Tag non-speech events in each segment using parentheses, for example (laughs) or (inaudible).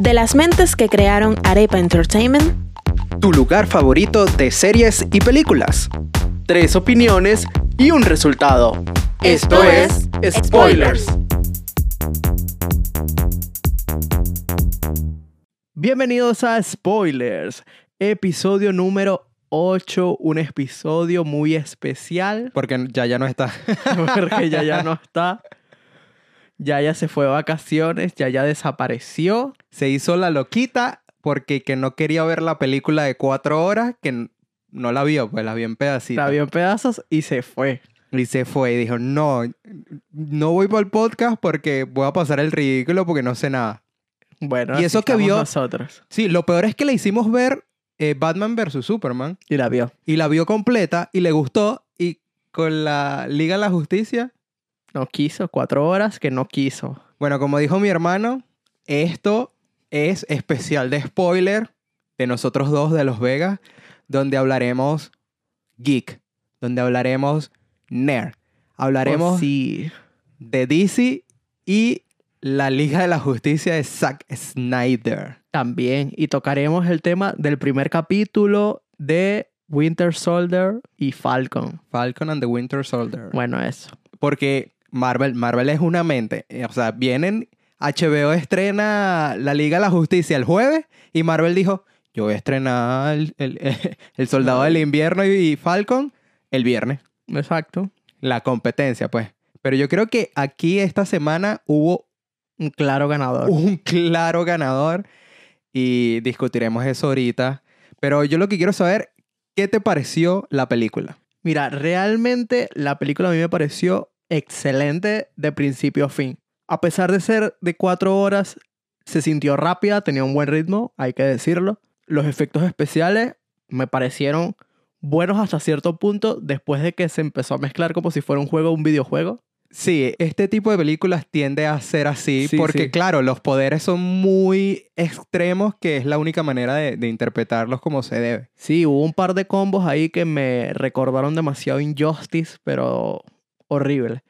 De las mentes que crearon Arepa Entertainment, tu lugar favorito de series y películas. Tres opiniones y un resultado. Esto, es Spoilers. Bienvenidos a Spoilers, episodio número 8, un episodio muy especial (laughs) Porque ya ya no está. porque ya ya no está. Ya ya se fue de vacaciones, ya ya desapareció. Se hizo la loquita porque que no quería ver la película de cuatro horas, que n- no la vio, pues la vio en pedacitos. La vio en pedazos y se fue. Y se fue y dijo, no, no voy para el podcast porque voy a pasar el ridículo porque no sé nada. Bueno, Y así eso que estamos vio- nosotros. Sí, lo peor es que le hicimos ver eh, Batman vs. Superman Y la vio. y la vio completa y le gustó y con la Liga de la Justicia, No quiso, cuatro horas que no quiso. bueno, como dijo mi hermano, esto es especial de spoiler de nosotros dos de Los Vegas, donde hablaremos geek, donde hablaremos nerd, hablaremos Oh, sí. de DC y la Liga de la Justicia de Zack Snyder. También. Y tocaremos el tema del primer capítulo de Winter Soldier y Falcon. Falcon and the Winter Soldier. Bueno, eso. Porque Marvel, Marvel es una mente. Eh, O sea, vienen, HBO estrena la Liga de la Justicia el jueves y Marvel dijo, yo voy a estrenar el, el- (laughs) el Soldado del Invierno y Falcon el viernes. Exacto. La competencia, pues. Pero yo creo que aquí esta semana hubo Un claro ganador. un claro ganador y discutiremos eso ahorita. Pero yo lo que quiero saber, ¿qué te pareció la película? Mira, realmente la película a mí me pareció excelente de principio a fin. A pesar de ser de cuatro horas, se sintió rápida, tenía un buen ritmo, hay que decirlo. Los efectos especiales me parecieron buenos hasta cierto punto después de que se empezó a mezclar como si fuera un juego, un videojuego. Sí, este tipo de películas tiende a ser así Sí, porque, sí. claro, los poderes son muy extremos que es la única manera de, de interpretarlos como se debe. Sí, hubo un par de combos ahí que me recordaron demasiado Injustice, pero horrible.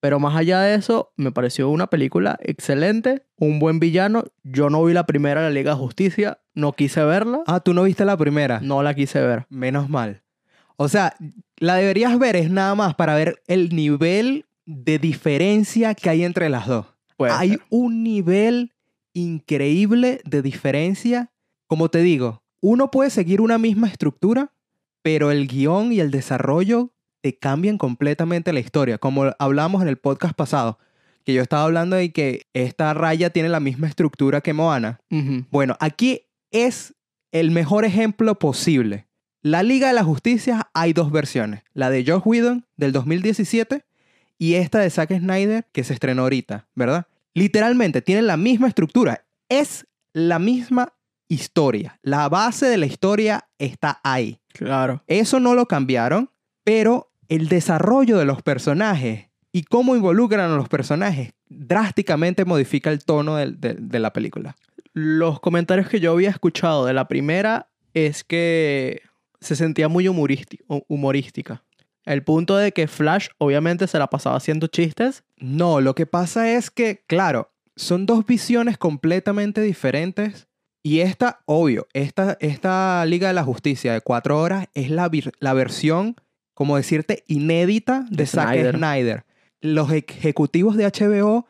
Pero más allá de eso, me pareció una película excelente, un buen villano. Yo no vi la primera, la Liga de Justicia, no quise verla, Ah, ¿tú no viste la primera? no la quise ver. Menos mal. O sea, la deberías ver es nada más para ver el nivel de diferencia que hay entre las dos. Pues, hay un nivel increíble de diferencia. Como te digo, uno puede seguir una misma estructura, pero el guión y el desarrollo te cambian completamente la historia. Como hablamos en el podcast pasado, que yo estaba hablando de que esta raya tiene la misma estructura que Moana. ujú, Bueno, aquí es el mejor ejemplo posible. La Liga de la Justicia hay dos versiones. La de Josh Whedon del 2017 y esta de Zack Snyder que se estrenó ahorita, ¿verdad? Literalmente tienen la misma estructura. Es la misma historia. La base de la historia está ahí. claro. Eso no lo cambiaron, pero el desarrollo de los personajes y cómo involucran a los personajes drásticamente modifica el tono del- del- de la película. Los comentarios que yo había escuchado de la primera es que se sentía muy humoristi- hu- humorística. El punto de que Flash obviamente se la pasaba haciendo chistes, No, lo que pasa es que, claro, son dos visiones completamente diferentes. Y esta, obvio, esta, esta Liga de la Justicia de cuatro horas es la, vir- la versión, como decirte, inédita de, De Zack Snyder. Snyder. Los ejecutivos de HBO,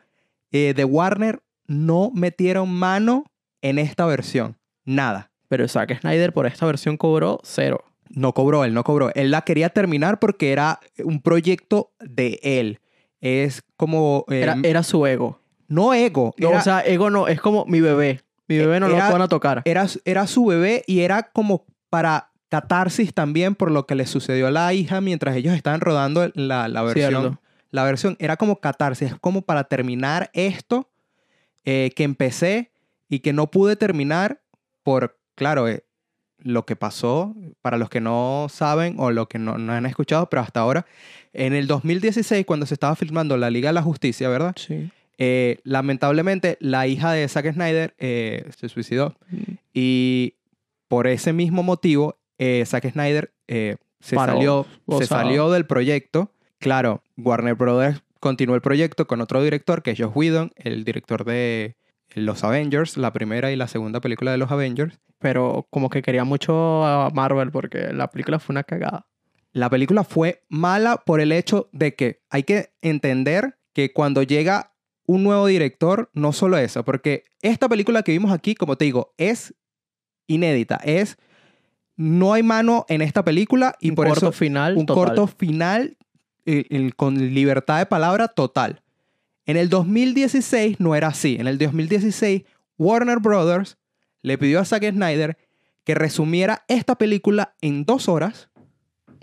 eh, de Warner, no metieron mano en esta versión. Nada. pero Zack Snyder por esta versión cobró cero. No cobró, él no cobró. Él la quería terminar porque era un proyecto de él. Es como... eh, Era, era su ego. no ego. No, era- o sea, ego no, es como mi bebé. Mi bebé no era- lo van a tocar. era, era su bebé y era como para catarsis también por lo que le sucedió a la hija mientras ellos estaban rodando la, la versión. Cierto. La versión era como catarsis, es como para terminar esto eh, que empecé y que no pude terminar por, claro, eh, lo que pasó, para los que no saben o los que no, no han escuchado, pero hasta ahora, en el 2016, cuando se estaba filmando La Liga de la Justicia, ¿verdad? Sí. Eh, lamentablemente, la hija de Zack Snyder eh, se suicidó. Y por ese mismo motivo, eh, Zack Snyder eh, se, Paró, salió, o se sea- salió del proyecto. Claro, Warner Brothers continuó el proyecto con otro director, que es Josh Whedon, el director de los Avengers, la primera y la segunda película de los Avengers. Pero como que quería mucho a Marvel porque la película fue una cagada. La película fue mala por el hecho de que hay que entender que cuando llega un nuevo director, no solo eso, porque esta película que vimos aquí, como te digo, es inédita, es no hay mano en esta película y un por corto eso final. un total. corto final el- el- con libertad de palabra total. En el 2016 no era así. En el 2016, Warner Brothers le pidió a Zack Snyder que resumiera esta película en dos horas,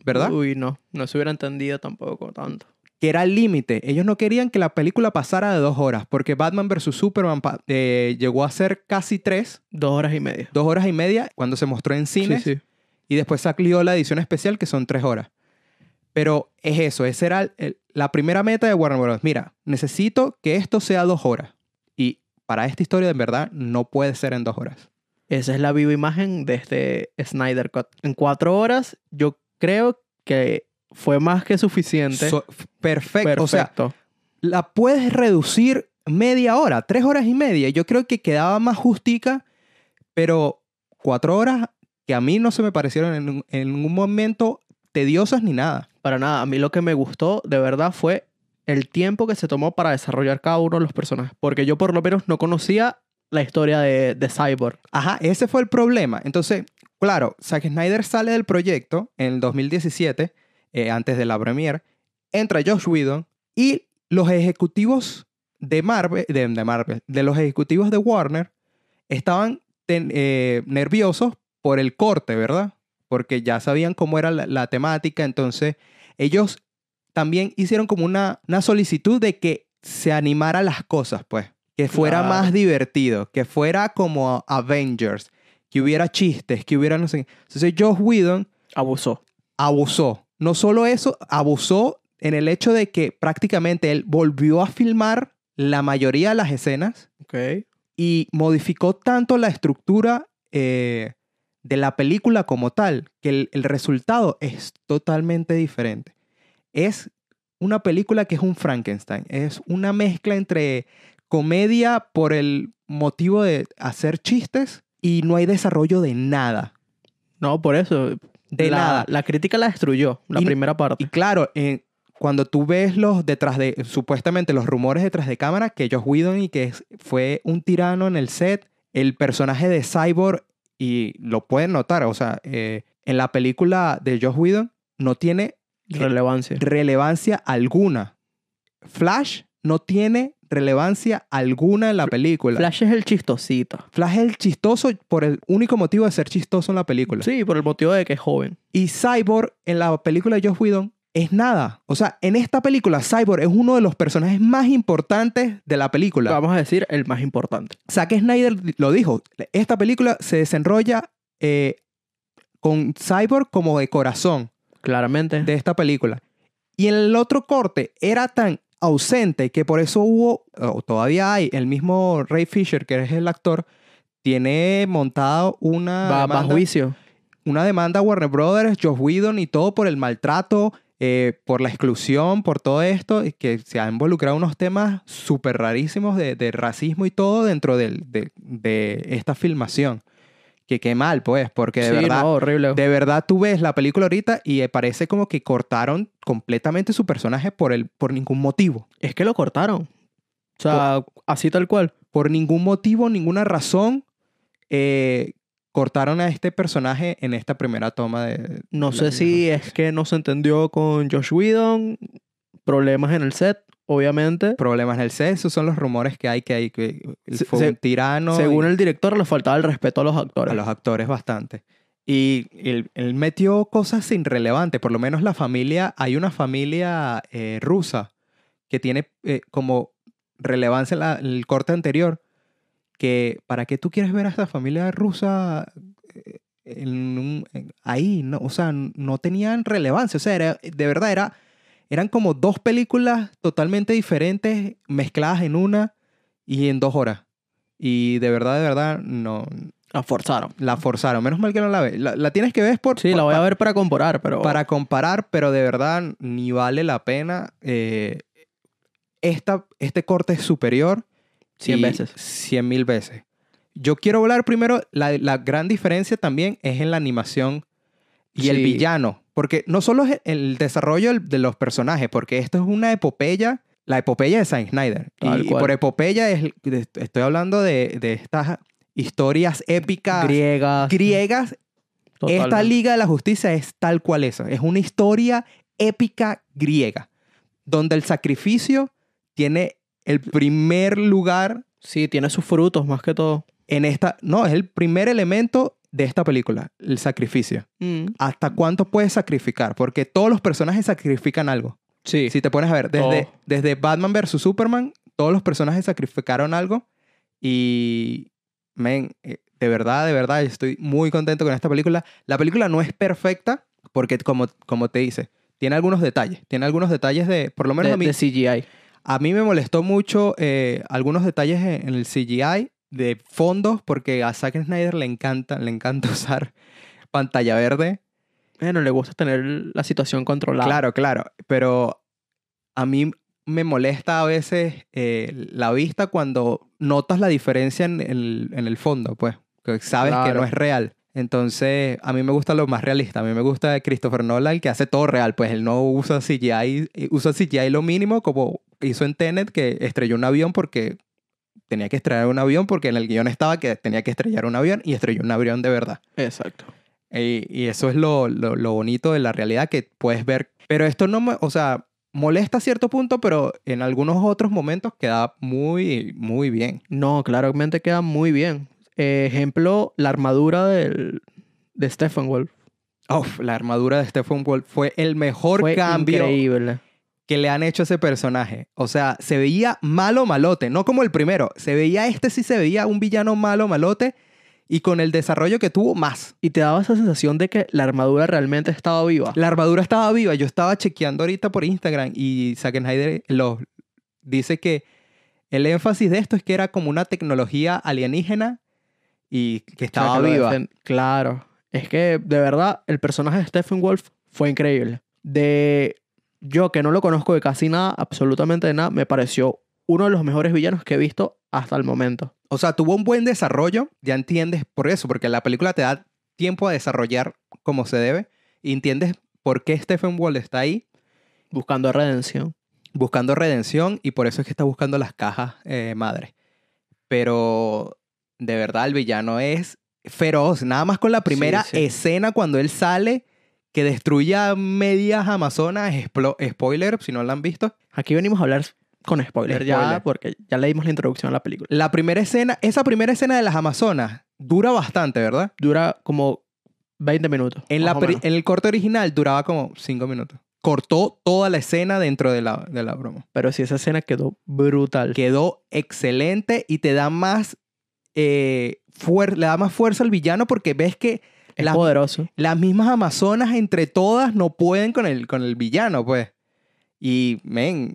¿verdad? Uy, no. No se hubiera entendido tampoco tanto. Que era el límite. Ellos no querían que la película pasara de dos horas, porque Batman vs. Superman pa- eh, llegó a ser casi tres, Dos horas y media. dos horas y media, cuando se mostró en cines. Sí, sí. Y después salió la edición especial, que son tres horas. Pero es eso, esa era el- la primera meta de Warner Bros. Mira, necesito que esto sea dos horas. Y para esta historia, en verdad, no puede ser en dos horas. Esa es la viva imagen de este Snyder Cut. En cuatro horas, yo creo que fue más que suficiente. So- f- perfecto. O sea, Perfecto. la puedes reducir media hora, tres horas y media. Yo creo que quedaba más justica, pero cuatro horas que a mí no se me parecieron en, en ningún momento tediosas ni nada. Para nada, a mí lo que me gustó de verdad fue el tiempo que se tomó para desarrollar cada uno de los personajes. Porque yo por lo menos no conocía la historia de, de Cyborg. Ajá, ese fue el problema. Entonces, claro, Zack Snyder sale del proyecto en el 2017, eh, antes de la premiere, entra Josh Whedon y los ejecutivos de Marvel, de, de Marvel, de los ejecutivos de Warner, estaban ten- eh, nerviosos por el corte, ¿verdad? Porque ya sabían cómo era la, la temática, entonces ellos también hicieron como una, una solicitud de que se animara las cosas, pues. Que fuera Claro. más divertido, que fuera como Avengers, que hubiera chistes, que hubiera no sé qué. Entonces Josh Whedon Abusó. abusó. No solo eso, abusó en el hecho de que prácticamente él volvió a filmar la mayoría de las escenas Ok. y modificó tanto la estructura eh, de la película como tal, que el, el resultado es totalmente diferente. Es una película que es un Frankenstein, es una mezcla entre comedia por el motivo de hacer chistes y no hay desarrollo de nada. No, por eso. De la, nada. La crítica la destruyó, la Y- primera parte. Y claro, eh, cuando tú ves los detrás de, supuestamente los rumores detrás de cámara, que Josh Whedon y que es- fue un tirano en el set, el personaje de Cyborg, y lo pueden notar, o sea, eh, en la película de Josh Whedon no tiene Relevancia. relevancia alguna. Flash no tiene relevancia alguna en la película. Flash, Flash es el chistosito. es el chistoso por el único motivo de ser chistoso en la película. Sí, por el motivo de que es joven. Y Cyborg en la película de Josh Whedon es nada. O sea, en esta película Cyborg es uno de los personajes más importantes de la película. Vamos a decir el más importante. Zack Snyder lo dijo. Esta película se desenrolla eh, con Cyborg como de corazón Claramente. de esta película. Y en el otro corte era tan ausente que por eso hubo, o todavía hay, el mismo Ray Fisher, que es el actor, tiene montado una... va, va a demanda- juicio. una demanda a Warner Brothers, Josh Whedon y todo por el maltrato, eh, por la exclusión, por todo esto, y que se ha involucrado unos temas súper rarísimos de, de racismo y todo dentro del- de, de esta filmación. Que qué mal, pues, porque de sí, verdad... no, horrible. De verdad, tú ves la película ahorita y eh, parece como que cortaron completamente su personaje por, el, por ningún motivo. Es que lo cortaron. O sea, así tal cual. Por ningún motivo, ninguna razón, eh, cortaron a este personaje en esta primera toma de... No la- sé si es que no se entendió con Josh Whedon, problemas en el set, obviamente. problemas en el set, esos son los rumores que hay que hay que él Se- fue se- un tirano Según y- el director, le faltaba el respeto a los actores. a los actores bastante. Y él, él metió cosas irrelevantes, por lo menos la familia, hay una familia eh, rusa que tiene eh, como relevancia la- el corte anterior, que ¿para qué tú quieres ver a esta familia rusa eh, en un- en- ahí? No, o sea, no tenían relevancia, o sea, era- de verdad era eran como dos películas totalmente diferentes, mezcladas en una y en dos horas. Y de verdad, de verdad, no. La forzaron. La forzaron. Menos mal que no la ves. La, la tienes que ver por, Sí, la pa- voy a pa- ver para comparar, pero... para comparar, pero de verdad ni vale la pena. eh, esta, este corte es superior Cien y veces. Cien mil veces. Yo quiero hablar primero, la, la gran diferencia también es en la animación y el Sí. villano. Porque no solo es el desarrollo del- de los personajes, porque esto es una epopeya, la epopeya de Zack Snyder. Y, Tal y cual. por epopeya es, de- estoy hablando de, de estas historias épicas Griegas. griegas esta totalmente. Liga de la Justicia es tal cual eso. Es una historia épica griega, donde el sacrificio tiene el primer lugar Sí, tiene sus frutos más que todo. en esta... No, es el primer elemento de esta película, el sacrificio. Mm. ¿Hasta cuánto puedes sacrificar? Porque todos los personajes sacrifican algo. Sí. Si te pones a ver, desde, Todos. desde Batman vs. Superman, todos los personajes sacrificaron algo y... Men, eh, de verdad, de verdad, yo estoy muy contento con esta película. La película no es perfecta porque, como, como te dice, tiene algunos detalles. Tiene algunos detalles de... Por lo menos de, a, mí, de CGI. a mí me molestó mucho eh, algunos detalles en, en el CGI de fondos porque a Zack Snyder le encanta, le encanta (laughs) usar pantalla verde. Eh, no le gusta tener la situación controlada. Claro, claro. Pero a mí me molesta a veces eh, la vista cuando notas la diferencia en el, en el fondo, pues. Que sabes que Claro. no es real. Entonces, a mí me gusta lo más realista. A mí me gusta Christopher Nolan, que hace todo real. Pues él no usa CGI, eh, usa CGI lo mínimo, como hizo en Tenet, que estrelló un avión porque tenía que estrellar un avión, porque en el guión estaba que tenía que estrellar un avión y estrelló un avión de verdad. Exacto. Y, Eh, y eso es lo, lo- lo bonito de la realidad que puedes ver. Pero esto no, mo- o sea, molesta a cierto punto, pero en algunos otros momentos queda muy, muy bien. No, claramente queda muy bien. Eh, ejemplo, la armadura del, de Stephen Wolf. Uf, la armadura de Stephen Wolf fue el mejor Fue cambio increíble. que le han hecho a ese personaje. O sea, se veía malo malote, no como el primero. Se veía este, sí se veía un villano malo malote y con el desarrollo que tuvo más. Y te daba esa sensación de que la armadura realmente estaba viva. La armadura estaba viva. Yo estaba chequeando ahorita por Instagram y Zack Snyder lo- dice que el énfasis de esto es que era como una tecnología alienígena y que O estaba sea, que lo viva. defen- Claro. Es que, de verdad, el personaje de Stephen Wolf fue increíble. De yo, que no lo conozco de casi nada, absolutamente de nada, me pareció uno de los mejores villanos que he visto hasta el momento. O sea, tuvo un buen desarrollo. Ya entiendes por eso, porque la película te da tiempo a desarrollar como se debe. Y entiendes por qué Stephen Wall está ahí Buscando redención. buscando redención y por eso es que está buscando las cajas eh, madre. Pero de verdad el villano es feroz. Nada más con la primera sí. escena cuando él sale que destruya medias amazonas. explo- Spoiler, si no la han visto. Aquí venimos a hablar con spoiler, ya, Spoiler. porque ya leímos la introducción a la película. La primera escena, esa primera escena de las amazonas dura bastante, ¿verdad? Dura como 20 minutos. En, la más o pri- menos. en el corte original duraba como 5 minutos. Cortó toda la escena dentro de la, de la broma. Pero sí, esa escena quedó brutal. quedó excelente y te da más eh, fuer- le da más fuerza al villano porque ves que Es la- poderoso. las mismas amazonas entre todas no pueden con el, con el villano, pues. Y, men,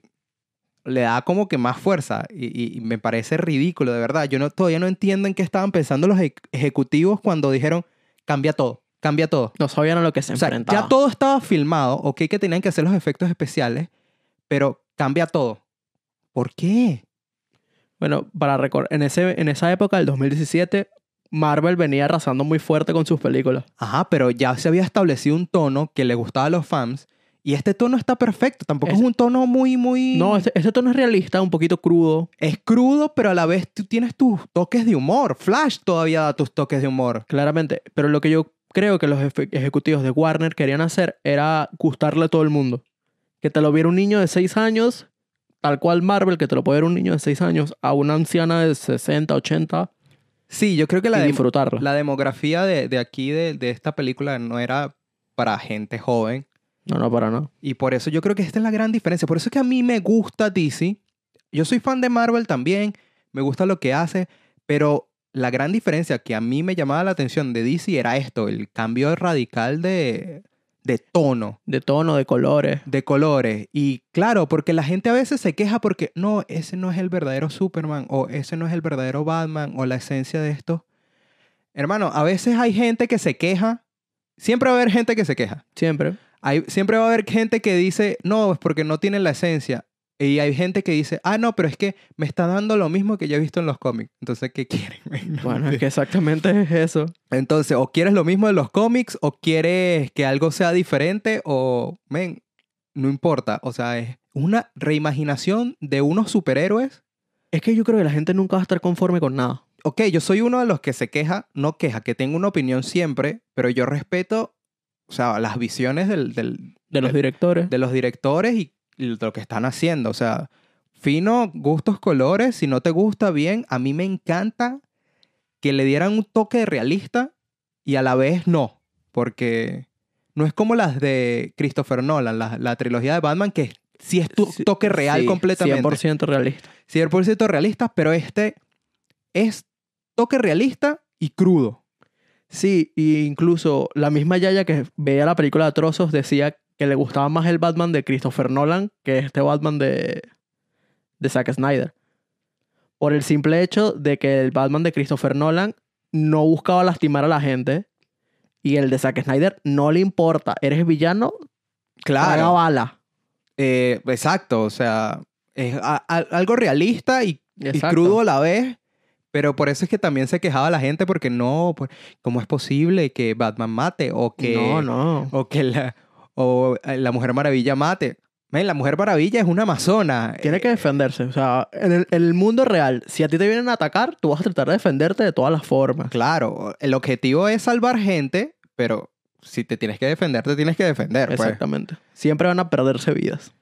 le da como que más fuerza y, y- y me parece ridículo, de verdad. Yo no, todavía no entiendo en qué estaban pensando los eje- ejecutivos cuando dijeron, cambia todo, cambia todo. No sabían a lo que se O sea, enfrentaba. ya todo estaba filmado, ok, que tenían que hacer los efectos especiales, pero cambia todo. ¿Por qué? Bueno, para recordar, en, ese, en esa época del 2017, Marvel venía arrasando muy fuerte con sus películas. Ajá, pero ya se había establecido un tono que le gustaba a los fans. Y este tono está perfecto. Tampoco es, Es- un tono muy, muy... No, este, este tono es realista, un poquito crudo. Es crudo, pero a la vez tú tienes tus toques de humor. Flash todavía da tus toques de humor. Claramente, pero lo que yo creo que los efe- ejecutivos de Warner querían hacer era gustarle a todo el mundo. Que te lo viera un niño de 6 años, tal cual Marvel, que te lo puede ver un niño de 6 años a una anciana de 60, 80 Sí, yo creo que la, y dem- disfrutarla. la demografía de, de aquí, de, de esta película, no era para gente joven. No, no, para nada. Y por eso yo creo que esta es la gran diferencia. Por eso es que a mí me gusta DC. Yo soy fan de Marvel también. Me gusta lo que hace. Pero la gran diferencia que a mí me llamaba la atención de DC era esto: el cambio radical de, de tono De tono, de colores. de colores. Y claro, porque la gente a veces se queja porque no, ese no es el verdadero Superman o ese no es el verdadero Batman o la esencia de esto. Hermano, a veces hay gente que se queja. Siempre va a haber gente que se queja. Siempre. Hay- siempre va a haber gente que dice, no, es porque no tienen la esencia. Y hay gente que dice, ah, no, pero es que me está dando lo mismo que yo he visto en los cómics. Entonces, ¿qué quieren? güey? (laughs) No Bueno, entiendo. es que exactamente es eso. Entonces, o quieres lo mismo de los cómics, o quieres que algo sea diferente, o, men, no importa. O sea, es una reimaginación de unos superhéroes. Es que yo creo que la gente nunca va a estar conforme con nada. Ok, yo soy uno de los que se queja, no queja, que tengo una opinión siempre, pero yo respeto, o sea, las visiones del, del- De los De- directores. de los directores y y lo que están haciendo. O sea, fino, gustos, colores. Si no te gusta, bien. A mí me encanta que le dieran un toque de realista y a la vez no. Porque no es como las de Christopher Nolan, la, la trilogía de Batman, que sí es tu Sí, toque real sí, completamente. 100% realista. 100% realista, pero este es toque realista y crudo. Sí, e incluso la misma Yaya que veía la película de Trozos decía que le gustaba más el Batman de Christopher Nolan que este Batman de, de Zack Snyder. Por el simple hecho de que el Batman de Christopher Nolan no buscaba lastimar a la gente y el de Zack Snyder no le importa. Eres villano, traga bala. Eh, exacto, o sea, es a- a- algo realista y, y Exacto. crudo a la vez, pero por eso es que también se quejaba la gente porque no, por- ¿cómo es posible que Batman mate o que, No, no. O que la, o, eh, la Mujer Maravilla mate? Men, la Mujer Maravilla es una amazona. Tiene que Eh, defenderse. O sea, en el, en el mundo real, si a ti te vienen a atacar, tú vas a tratar de defenderte de todas las formas. Claro, el objetivo es salvar gente, pero si te tienes que defender, te tienes que defender. pues. Exactamente. Siempre van a perderse vidas.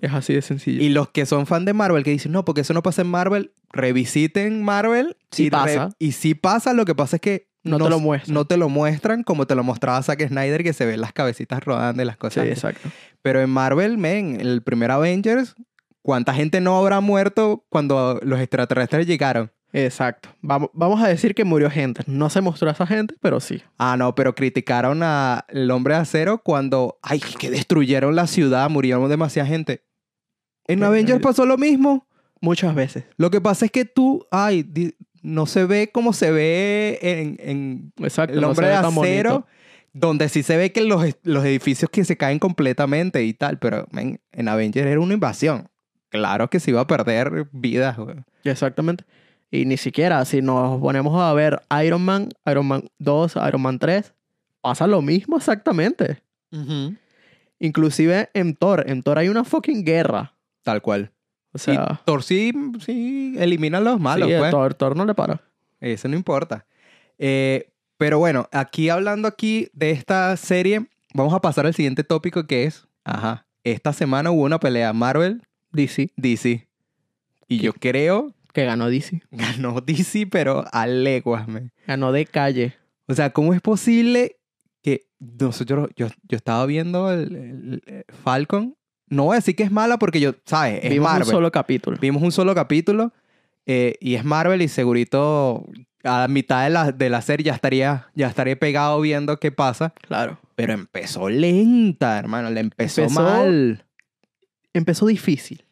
Es así de sencillo. Y los que son fan de Marvel, que dicen, no, porque eso no pasa en Marvel, revisiten Marvel. Sí y pasa. y sí pasa, lo que pasa es que No te lo muestran. no te lo muestran como te lo mostraba Zack Snyder, que se ven las cabecitas rodando y las sí, cosas. exacto. Pero en Marvel, men, el primer Avengers, ¿cuánta gente no habrá muerto cuando los extraterrestres llegaron? Exacto. Vamos, vamos a decir que murió gente. No se mostró a esa gente, pero sí. Ah, no, pero criticaron al hombre de acero cuando, ay, que destruyeron la ciudad, murieron demasiada gente. En Eh, Avengers eh, pasó lo mismo. Muchas veces. Lo que pasa es que tú, ay, di- no se ve como se ve en, en Exacto. El no Hombre se de ve tan Acero, bonito. donde sí se ve que los, los edificios que se caen completamente y tal, pero men, en Avengers era una invasión. Claro que se iba a perder vidas, güey. Exactamente. Y ni siquiera, si nos ponemos a ver Iron Man, Iron Man 2, Iron Man 3, pasa lo mismo exactamente. Inclusive en Thor. En Thor hay una fucking guerra. Tal cual. O sea, y Thor sí, sí elimina a los malos, sí, pues. Thor, Thor no le para. Eso no importa. Eh, pero bueno, aquí hablando aquí de esta serie, vamos a pasar al siguiente tópico que es, ajá, esta semana hubo una pelea Marvel DC, DC. Y yo creo que ganó DC. ganó (laughs) DC, pero a leguas, men. Ganó de calle. O sea, ¿cómo es posible que nosotros, yo, yo estaba viendo el, el- el Falcon? No voy a decir que es mala porque yo, ¿sabes? Es Vimos Marvel. un solo capítulo. Vimos un solo capítulo eh, y es Marvel y segurito a la mitad de la, de la serie ya estaría, ya estaré pegado viendo qué pasa. Claro. Pero empezó lenta, hermano. Le empezó, Empezó mal. Empezó difícil.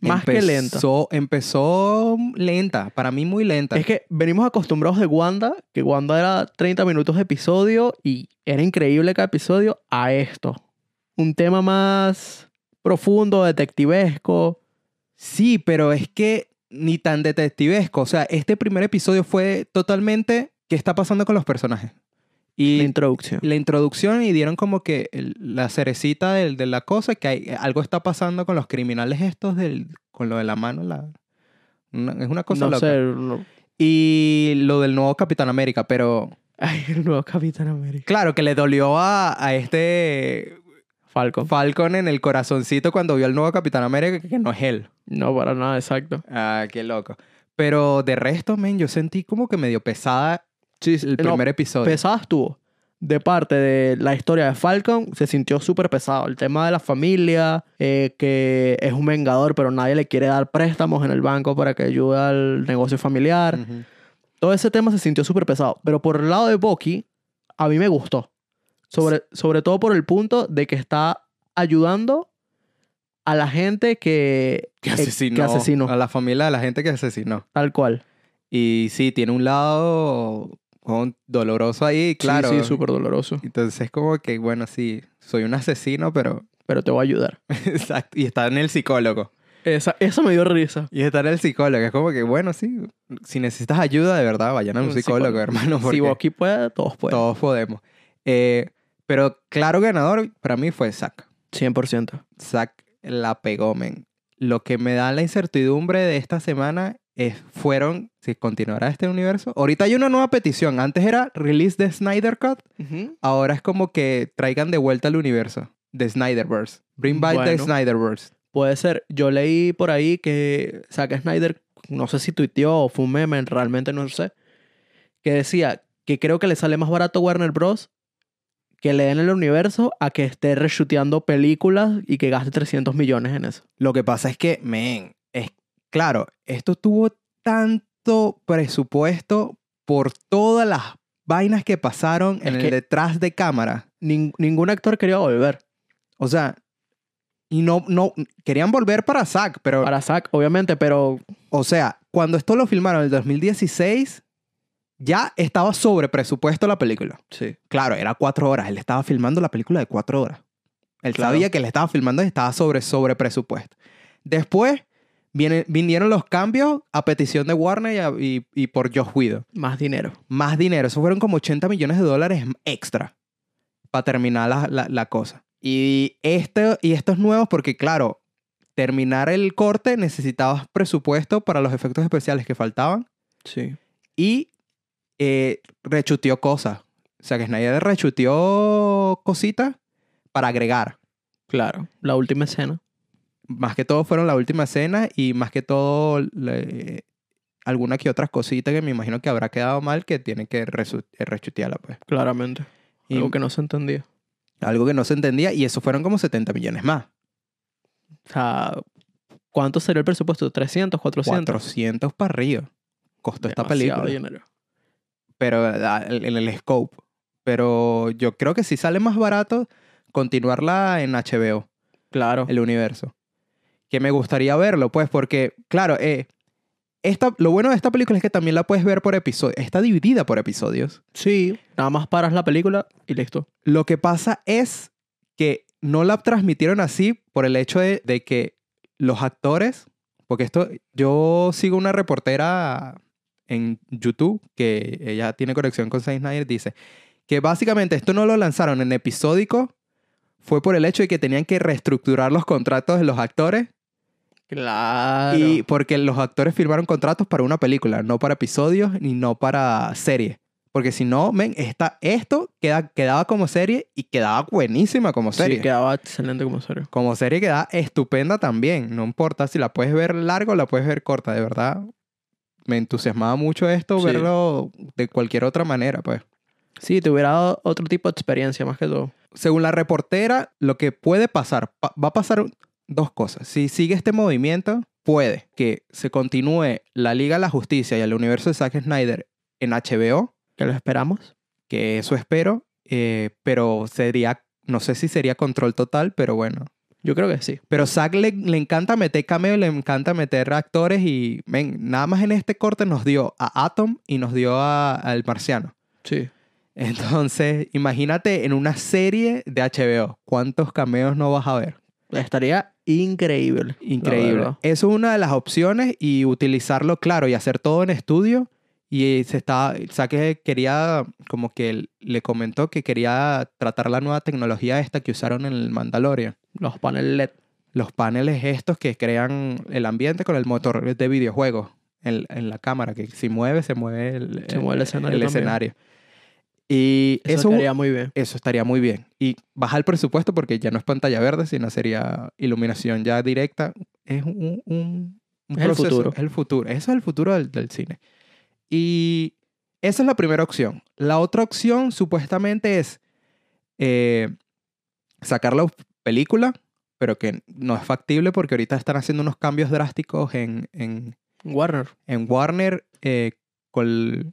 Más que lenta. Empezó- Empezó lenta. Para mí muy lenta. Es que venimos acostumbrados de Wanda, que Wanda era 30 minutos de episodio y era increíble cada episodio, a esto. Un tema más profundo, detectivesco. Sí, pero es que ni tan detectivesco. O sea, este primer episodio fue totalmente qué está pasando con los personajes. la Y introducción. la introducción y dieron como que el- la cerecita del- de la cosa, que hay- algo está pasando con los criminales estos, del, con lo de la mano. La, una- es una cosa No loca. sé. no- (laughs) Y lo del nuevo Capitán América, pero Ay, el nuevo Capitán América. claro que le dolió a, a este Falcon. Falcon en el corazoncito cuando vio al nuevo Capitán América, que no es él. No, para nada, exacto. Ah, qué loco. Pero de resto, men, yo sentí como que medio pesada Sí, el primer episodio. pesado estuvo. De parte de la historia de Falcon, se sintió súper pesado. El tema de la familia, eh, que es un vengador, pero nadie le quiere dar préstamos en el banco para que ayude al negocio familiar. Ujú. Eh, Todo ese tema se sintió súper pesado. Pero por el lado de Bucky, a mí me gustó. Sobre, sobre todo por el punto de que está ayudando a la gente que, Que eh, asesinó, que asesinó, A la familia de la gente que asesinó. Tal cual. Y sí, tiene un lado con- doloroso ahí, claro. Sí, sí, súper doloroso. Entonces, como que, bueno, sí, soy un asesino, pero. (laughs) Pero te va a ayudar. Exacto. Y está en el psicólogo. Esa, eso me dio risa. Y estar el psicólogo. Es como que, bueno, sí, si necesitas ayuda, de verdad, vayan a un Un psicólogo, psicólogo. hermano. si porque Boki puede, todos pueden. todos podemos. Eh, pero claro ganador para mí fue Zack. 100%. Zack la pegó, men. Lo que me da la incertidumbre de esta semana es, fueron, si continuará este universo. Ahorita hay una nueva petición. Antes era release de Snyder Cut. Ahora es como que traigan de vuelta al universo de Snyderverse. Bring back the Bueno. Snyderverse. Puede ser. Yo leí por ahí que Zack Snyder, no sé si tuiteó o fue un meme, realmente no sé, que decía que creo que le sale más barato Warner Bros. que le den el universo a que esté reshooteando películas y que gaste 300 millones en eso. Lo que pasa es que, men, es claro, esto tuvo tanto presupuesto por todas las vainas que pasaron Es en el que- detrás de cámara. Nin- ningún actor quería volver. O sea, y no, no, querían volver para Zack, pero, Para Zack, obviamente, pero o sea, cuando esto lo filmaron en el 2016, ya estaba sobre presupuesto la película. sí. Claro, era cuatro horas. Él estaba filmando la película de cuatro horas. Él Claro. sabía que le estaba filmando y estaba sobre, sobre presupuesto. Después viene- vinieron los cambios a petición de Warner y, a- y- y por Josh Whedon. Más dinero. Más dinero. Eso fueron como 80 millones de dólares extra para terminar la, la- la cosa. Y, este, y estos nuevos, porque claro, terminar el corte necesitabas presupuesto para los efectos especiales que faltaban Sí. y eh, rechuteó cosas. O sea, que Snyder rechuteó cositas para agregar. Claro. La última escena. Más que todo fueron la última escena y más que todo le- alguna que otras cositas que me imagino que habrá quedado mal que tiene que resu- eh, rechutearla. Pues. Claramente. Y Algo que no se entendía. algo que no se entendía y eso fueron como 70 millones más. O sea, ¿cuánto sería el presupuesto? ¿300? ¿400? 400 para arriba. Costó esta Demasiado película. dinero. pero ah, en el, scope. Pero yo creo que si sale más barato continuarla en HBO. Claro. el universo. Que me gustaría verlo, pues, porque, claro, eh, esta, lo bueno de esta película es que también la puedes ver por episodios. Está dividida por episodios. Sí, nada más paras la película y listo. Lo que pasa es que no la transmitieron así por el hecho de, de que los actores, porque esto, yo sigo una reportera en YouTube que ella tiene conexión con Zack Snyder, dice que básicamente esto no lo lanzaron en episódico, fue por el hecho de que tenían que reestructurar los contratos de los actores Claro. Y porque los actores firmaron contratos para una película, no para episodios ni no para series. Porque si no, men, esta, esto queda, quedaba como serie y quedaba buenísima como serie. sí, quedaba excelente como serio. Como serie queda estupenda también. No importa si la puedes ver larga o la puedes ver corta, de verdad. Me entusiasmaba mucho esto, Sí. verlo de cualquier otra manera, pues. Sí, te hubiera dado otro tipo de experiencia más que todo. Según la reportera, lo que puede pasar, pa- va a pasar dos cosas. Si sigue este movimiento, puede que se continúe la Liga de la Justicia y el universo de Zack Snyder en HBO, Que lo esperamos. que eso espero, eh, pero sería, no sé si sería control total, pero bueno. Yo creo que sí. Pero Zack le, le encanta meter cameo, le encanta meter actores y men, nada más en este corte nos dio a Atom y nos dio a- al Marciano. Sí. Entonces, imagínate en una serie de HBO, ¿cuántos cameos no vas a ver? Estaría increíble. la Increíble. verdad. Eso es una de las opciones y utilizarlo, claro, y hacer todo en estudio. Y se está, o sea, que quería, como que le comentó que quería tratar la nueva tecnología esta que usaron en el Mandalorian. Los paneles LED. Los paneles estos que crean el ambiente con el motor de videojuegos en, en la cámara, que si mueve, se mueve el, Se mueve el escenario el también. escenario. Y Eso, eso, estaría muy bien. eso estaría muy bien. Y bajar el presupuesto porque ya no es pantalla verde, sino sería iluminación ya directa. Es un, un- un Es el futuro. Es el futuro. Eso es el futuro del, del cine. Y esa es la primera opción. La otra opción supuestamente es eh, sacar la película, pero que no es factible porque ahorita están haciendo unos cambios drásticos en, en, Warner. en Warner eh, con el-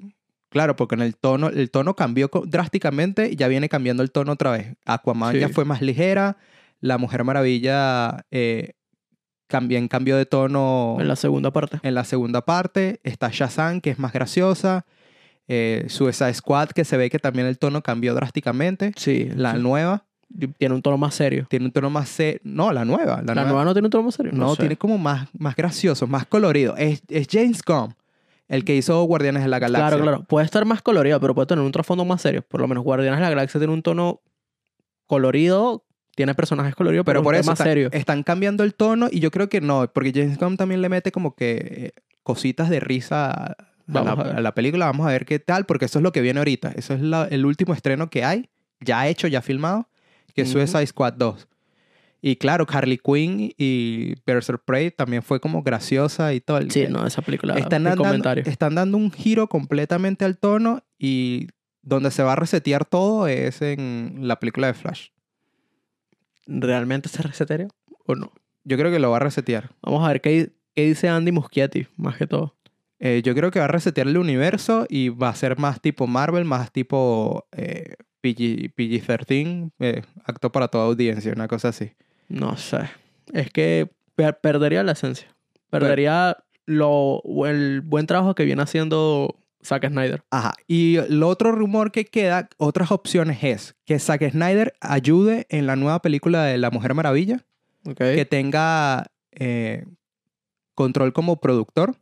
claro porque en el tono el tono cambió co- drásticamente y ya viene cambiando el tono otra vez Aquaman ya Sí. fue más ligera la Mujer Maravilla eh, también cambió de tono En la segunda parte. en la segunda parte está Shazam que es más graciosa eh, Suicide Squad que se ve que también el tono cambió drásticamente Sí. la sí. nueva Tiene un tono más serio. Tiene un tono más... se- No, la nueva. La, La, nueva no tiene un tono más serio. No, sé. tiene como más, más gracioso, más colorido. Es, es James Gunn, el que hizo Guardianes de la Galaxia. Claro, claro. Puede estar más colorido, pero puede tener un trasfondo más serio. Por lo menos Guardianes de la Galaxia tiene un tono colorido, tiene personajes coloridos, pero, Pero por un eso tema está- serio. están cambiando el tono y yo creo que no, porque James Gunn también le mete como que eh, cositas de risa a la, Vamos a ver. a la película. Vamos a ver qué tal, porque eso es lo que viene ahorita. Eso es la- el último estreno que hay, ya hecho, ya filmado, que es Ujú. Suicide Squad 2. Y claro, Harley Quinn y Berserk Prey también fue como graciosa y todo. el- Sí, no, esa película. están, mi dando, comentario. están dando un giro completamente al tono y donde se va a resetear todo es en la película de Flash. ¿Realmente se reseteó o no? Yo creo que lo va a resetear. Vamos a ver qué, di- qué dice Andy Muschietti, más que todo. Eh, yo creo que va a resetear el universo y va a ser más tipo Marvel, más tipo eh, PG, PG-13, eh, acto para toda audiencia, una cosa así. No sé. Es que per- perdería la esencia. Perdería lo, el buen trabajo que viene haciendo Zack Snyder. Ajá. Y el otro rumor que queda, otras opciones es que Zack Snyder ayude en la nueva película de La Mujer Maravilla. que tenga eh, control como productor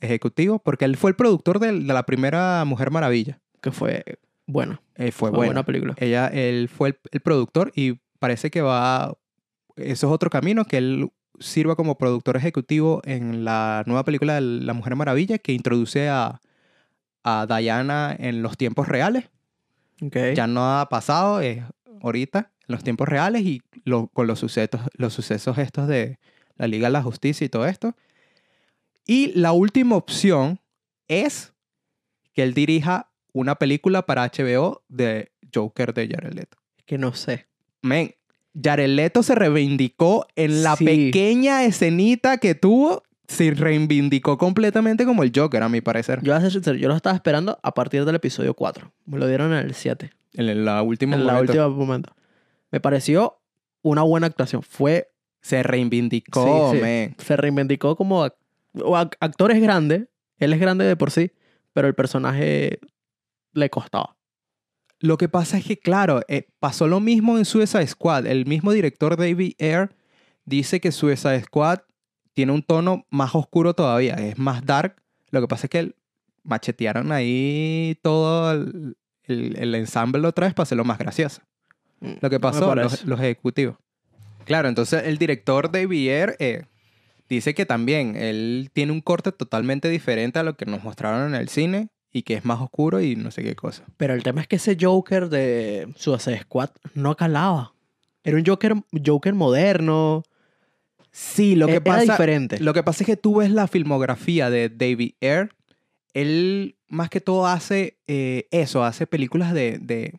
ejecutivo, porque él fue el productor del- de, la primera Mujer Maravilla. Que fue Ah, bueno. Eh, Fue fue buena, bueno. película. Ella, él fue el, el productor y parece que va, eso es otro camino, que él sirva como productor ejecutivo en la nueva película de La Mujer Maravilla, que introduce a, a Diana en los tiempos reales. Ya no ha pasado, es ahorita, en los tiempos reales y lo- con los sucesos, los sucesos estos de la Liga de la Justicia y todo esto. Y la última opción es que él dirija una película para HBO de Joker de Jared Leto. Que no sé. Men, Jared Leto se reivindicó en la Sí. pequeña escenita que tuvo, se reivindicó completamente como el Joker, a mi parecer. Yo, voy a ser sincero, yo lo estaba esperando a partir del episodio 4. Me lo dieron en el 7. En la última, En la momento, última momento. Me pareció una buena actuación. Fue. se reivindicó, Sí, sí. men. Se reivindicó como. ac- o ac- actor es grande. Él es grande de por sí. Pero el personaje le costaba. Lo que pasa es que, claro, eh, pasó lo mismo en Suicide Squad. El mismo director David Ayer dice que Suicide Squad tiene un tono más oscuro todavía, es más dark. Lo que pasa es que machetearon ahí todo el, el- el ensamble otra vez para hacerlo más gracioso. Mm, Lo que pasó, parece. los, los ejecutivos. Claro, entonces el director David Ayer eh, dice que también él tiene un corte totalmente diferente a lo que nos mostraron en el cine y que es más oscuro y no sé qué cosa. Pero el tema es que ese Joker de Suicide Squad no calaba. Era un Joker, Joker moderno. e-, Sí, lo que Era pasa... diferente. Lo que pasa es que tú ves la filmografía de David Ayer. Él más que todo hace eh, eso, hace películas de, de-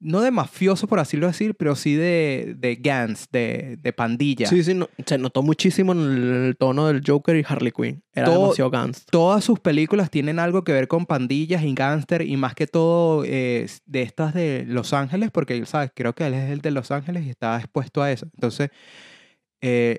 No de mafioso, por así lo decir, pero sí de, de gangs, de, de pandilla. Sí, sí, no- se notó muchísimo en el, el tono del Joker y Harley Quinn. Era Todo- demasiado gangsta. Todas sus películas tienen algo que ver con pandillas y gangster y más que todo eh, de estas de Los Ángeles, porque él, ¿sabes? Creo que él es el de Los Ángeles y está expuesto a eso. Entonces, eh,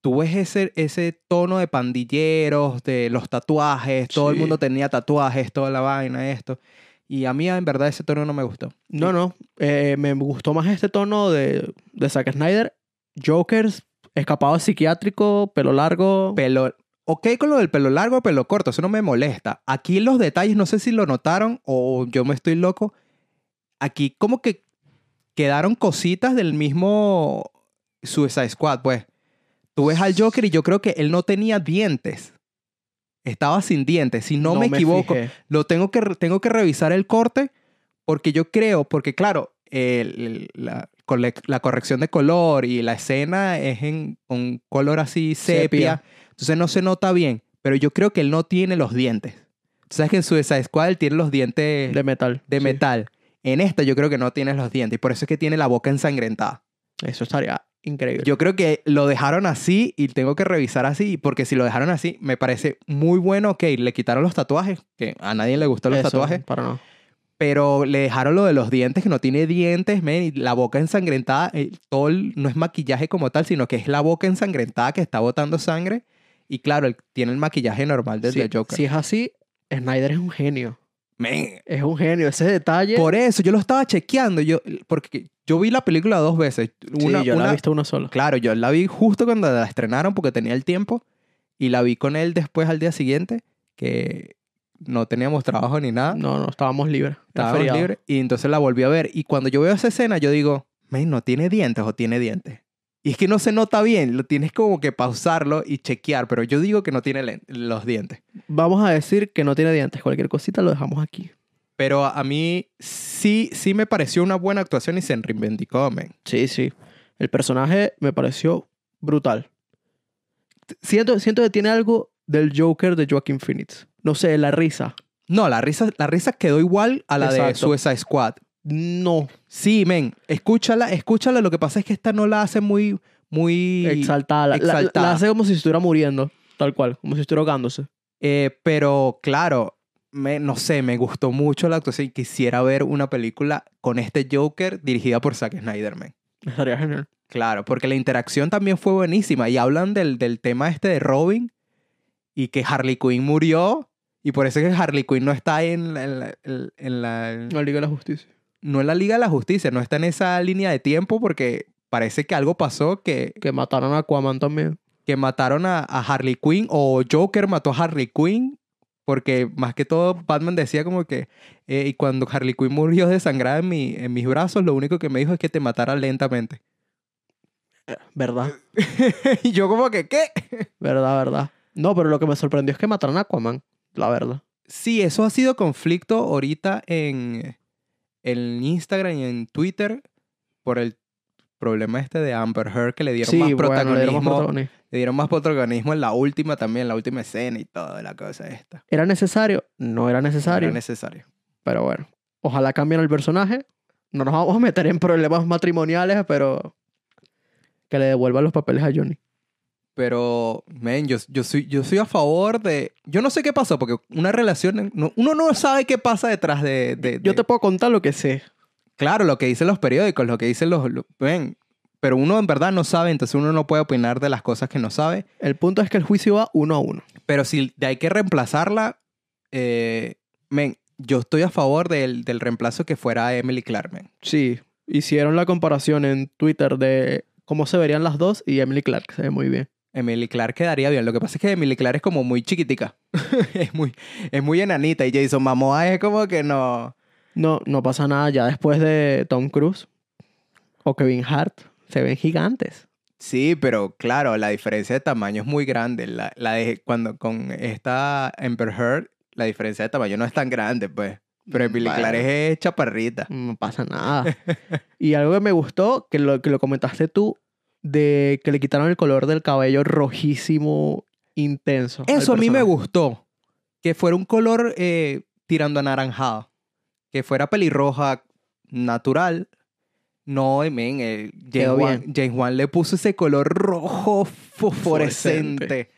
tú ves ese, ese tono de pandilleros, de los tatuajes, todo el Sí. mundo tenía tatuajes, toda la vaina, esto. Y a mí en verdad ese tono no me gustó. No, no. eh, me gustó más este tono de, de Zack Snyder. Joker, escapado psiquiátrico, pelo largo. Pelo... Ok con lo del pelo largo, pelo corto, eso no me molesta. Aquí los detalles, no sé si lo notaron o yo me estoy loco. Aquí como que quedaron cositas del mismo Suicide Squad, pues. Tú ves al Joker y yo creo que él no tenía dientes. Estaba sin dientes, si no, me, equivoco. fijé. Lo tengo que, re- tengo que revisar el corte porque yo creo, porque claro, el- el- la, cole- la corrección de color y la escena es en un color así sepia, Sepia. entonces no se nota bien, pero yo creo que él no tiene los dientes. Tú sabes que en Suicide Squad él tiene los dientes De de, metal. sí. metal. En esta yo creo que no tiene los dientes y por eso es que tiene la boca ensangrentada. Eso estaría increíble. Yo creo que lo dejaron así y tengo que revisar así porque si lo dejaron así me parece muy bueno que le quitaron los tatuajes, que a nadie le gustó los Eso, tatuajes Para no. pero le dejaron lo de los dientes, que no tiene dientes, men, y la boca ensangrentada, eh, todo el- no es maquillaje como tal, sino que es la boca ensangrentada que está botando sangre. Y claro, él tiene el maquillaje normal del Si, de Joker. si es así, Snyder es un genio. Men, Es un genio. Ese detalle. por eso yo lo estaba chequeando. Yo, porque yo vi la película dos veces. Sí, Una, yo la una- he visto uno solo. Claro, yo la vi justo cuando la estrenaron porque tenía el tiempo y la vi con él después al día siguiente que no teníamos trabajo ni nada, No, no, estábamos libres. Era ¿Ah? estábamos feriado. libres y entonces la volví a ver y cuando yo veo esa escena yo digo, "Men, no tiene dientes o tiene dientes." Y es que no se nota bien, lo tienes como que pausarlo y chequear, pero yo digo que no tiene len- los dientes. Vamos a decir que no tiene dientes. Cualquier cosita lo dejamos aquí. Pero a, a mí sí sí me pareció una buena actuación y se reivindicó, men. Sí, sí. El personaje me pareció brutal. T- Siento, siento que tiene algo del Joker de Joaquin Phoenix. No sé, la risa. No, la risa la risa quedó igual a la de Exacto. Suicide Squad. No. Sí, men, escúchala, escúchala. Lo que pasa es que esta no la hace muy, muy. exaltada. La, la- la exaltada. hace como si estuviera muriendo. Tal cual. Como si estuviera ahogándose. Eh, pero claro, me- no sé, me gustó mucho la actuación. y Quisiera ver una película con este Joker dirigida por Zack Snyder, men. Estaría genial. Claro, porque la interacción también fue buenísima. Y hablan del, del tema este de Robin y que Harley Quinn murió. Y por eso es que Harley Quinn no está en la- en la- en la, La Liga de la Justicia. no en la Liga de la Justicia, no está en esa línea de tiempo porque parece que algo pasó que Que mataron a Aquaman también. que mataron a, a Harley Quinn o Joker mató a Harley Quinn. Porque más que todo Batman decía como que, eh, y cuando Harley Quinn murió desangrada en, mi, en mis brazos, lo único que me dijo es que te matara lentamente. (laughs) ¿Verdad? y yo como que, ¿qué? ¿Verdad, verdad? No, pero lo que me sorprendió es que mataron a Aquaman. La verdad. Sí, eso ha sido conflicto ahorita en, en Instagram y en Twitter por el problema este de Amber Heard que le dieron más protagonismo. bueno, le, le dieron dieron más protagonismo. más protagonismo en la última también, la última escena y toda la cosa esta. ¿Era necesario? No era necesario. Era necesario. Pero bueno, ojalá cambien el personaje. No nos vamos a meter en problemas matrimoniales, pero que le devuelvan los papeles a Johnny. Pero, men, yo, yo, soy, yo soy a favor de... Yo no sé qué pasó, porque una relación... no- uno no sabe qué pasa detrás de... de- Yo de- te puedo contar lo que sé. Claro, lo que dicen los periódicos, lo que dicen los... lo- men, pero uno en verdad no sabe, entonces uno no puede opinar de las cosas que no sabe. El punto es que el juicio va uno a uno. Pero si de hay que reemplazarla... eh, men, yo estoy a favor del, del reemplazo que fuera Emily Clark, men. Sí, hicieron la comparación en Twitter de cómo se verían las dos y Emily Clark se ve muy bien. Emily Clark quedaría bien. Lo que pasa es que Emily Clark es como muy chiquitica. (laughs) es, muy, es muy enanita. Y Jason Momoa es como que no... No, no pasa nada. Ya después de Tom Cruise o Kevin Hart, se ven gigantes. Sí, pero claro, la diferencia de tamaño es muy grande. La, la de cuando con esta Amber Heard, la diferencia de tamaño no es tan grande, pues. Pero Emily Bueno. Clark es chaparrita. No pasa nada. y algo que me gustó, que lo, que lo comentaste tú, de que le quitaron el color del cabello rojísimo, intenso. al Eso a mí me personaje. gustó. Que fuera un color eh, tirando a anaranjado. Que fuera pelirroja natural. No, men, el James, Quedó Wan, bien. James Wan le puso ese color rojo fosforescente. Fosforescente.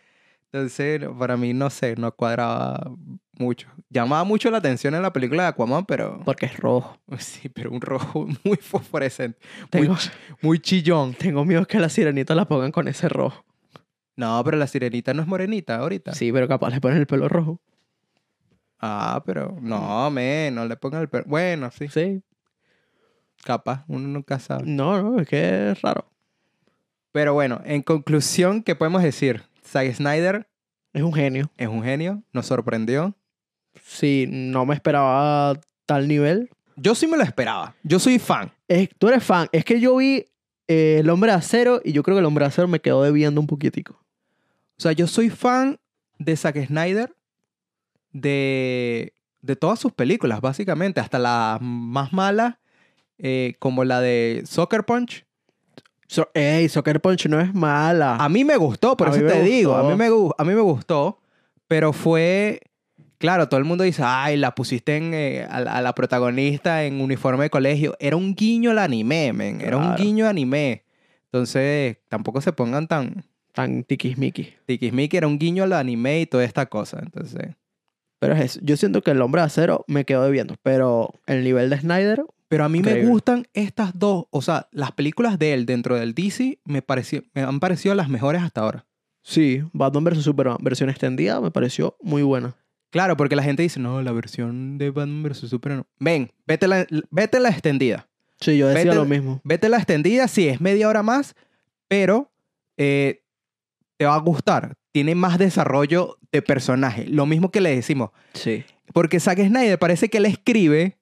Entonces, no, para mí, no sé, no cuadraba mucho. Llamaba mucho la atención en la película de Aquaman, pero... Porque es rojo. (laughs) Sí, pero un rojo (laughs) muy fosforescente. Tengo, Muy chillón. tengo miedo que la sirenita la pongan con ese rojo. No, pero la sirenita no es morenita ahorita. Sí, pero capaz le ponen el pelo rojo. Ah, pero no, Mm. men, no le pongan el pelo. Bueno, sí, Sí. capaz, uno nunca sabe. No, no, es que es raro. Pero bueno, en conclusión, ¿qué podemos decir? Zack Snyder Es un genio. es un genio, nos sorprendió. Sí, no me esperaba tal nivel. Yo sí me lo esperaba, yo soy fan. Es- tú eres fan. Es que yo vi eh, El Hombre de Acero y yo creo que El Hombre de Acero me quedó debiendo un poquitico. O sea, yo soy fan de Zack Snyder, de, de todas sus películas, básicamente, hasta las más malas, eh, como la de Soccer Punch. So- ey, Soccer Punch no es mala. A mí me gustó, por A eso mí me te digo. A gustó. mí, me, gu- a mí me gustó, pero fue. Claro, todo el mundo dice, ay, la pusiste en, eh, a, la- a la protagonista en uniforme de colegio. Era un guiño al anime, men. Era un Claro. guiño al anime. Entonces, tampoco se pongan tan tan tiquismiquis. tiquismiqui. Era un guiño al anime y toda esta cosa. Entonces. Pero es eso. Yo siento que el hombre de acero me quedó debiendo. Pero el nivel de Snyder, Pero a mí me Increíble. gustan estas dos. O sea, las películas de él dentro del DC me, pareció, me han parecido las mejores hasta ahora. sí, Batman vs. Superman, versión extendida, me pareció muy buena. Claro, porque la gente dice, no, la versión de Batman vs. Superman. Ven, vete la, vete la extendida. Sí, yo decía Vete- lo mismo. Vete la extendida, sí, es media hora más, pero eh, te va a gustar. Tiene más desarrollo de personaje. Lo mismo que le decimos. Sí. Porque Zack Snyder parece que le escribe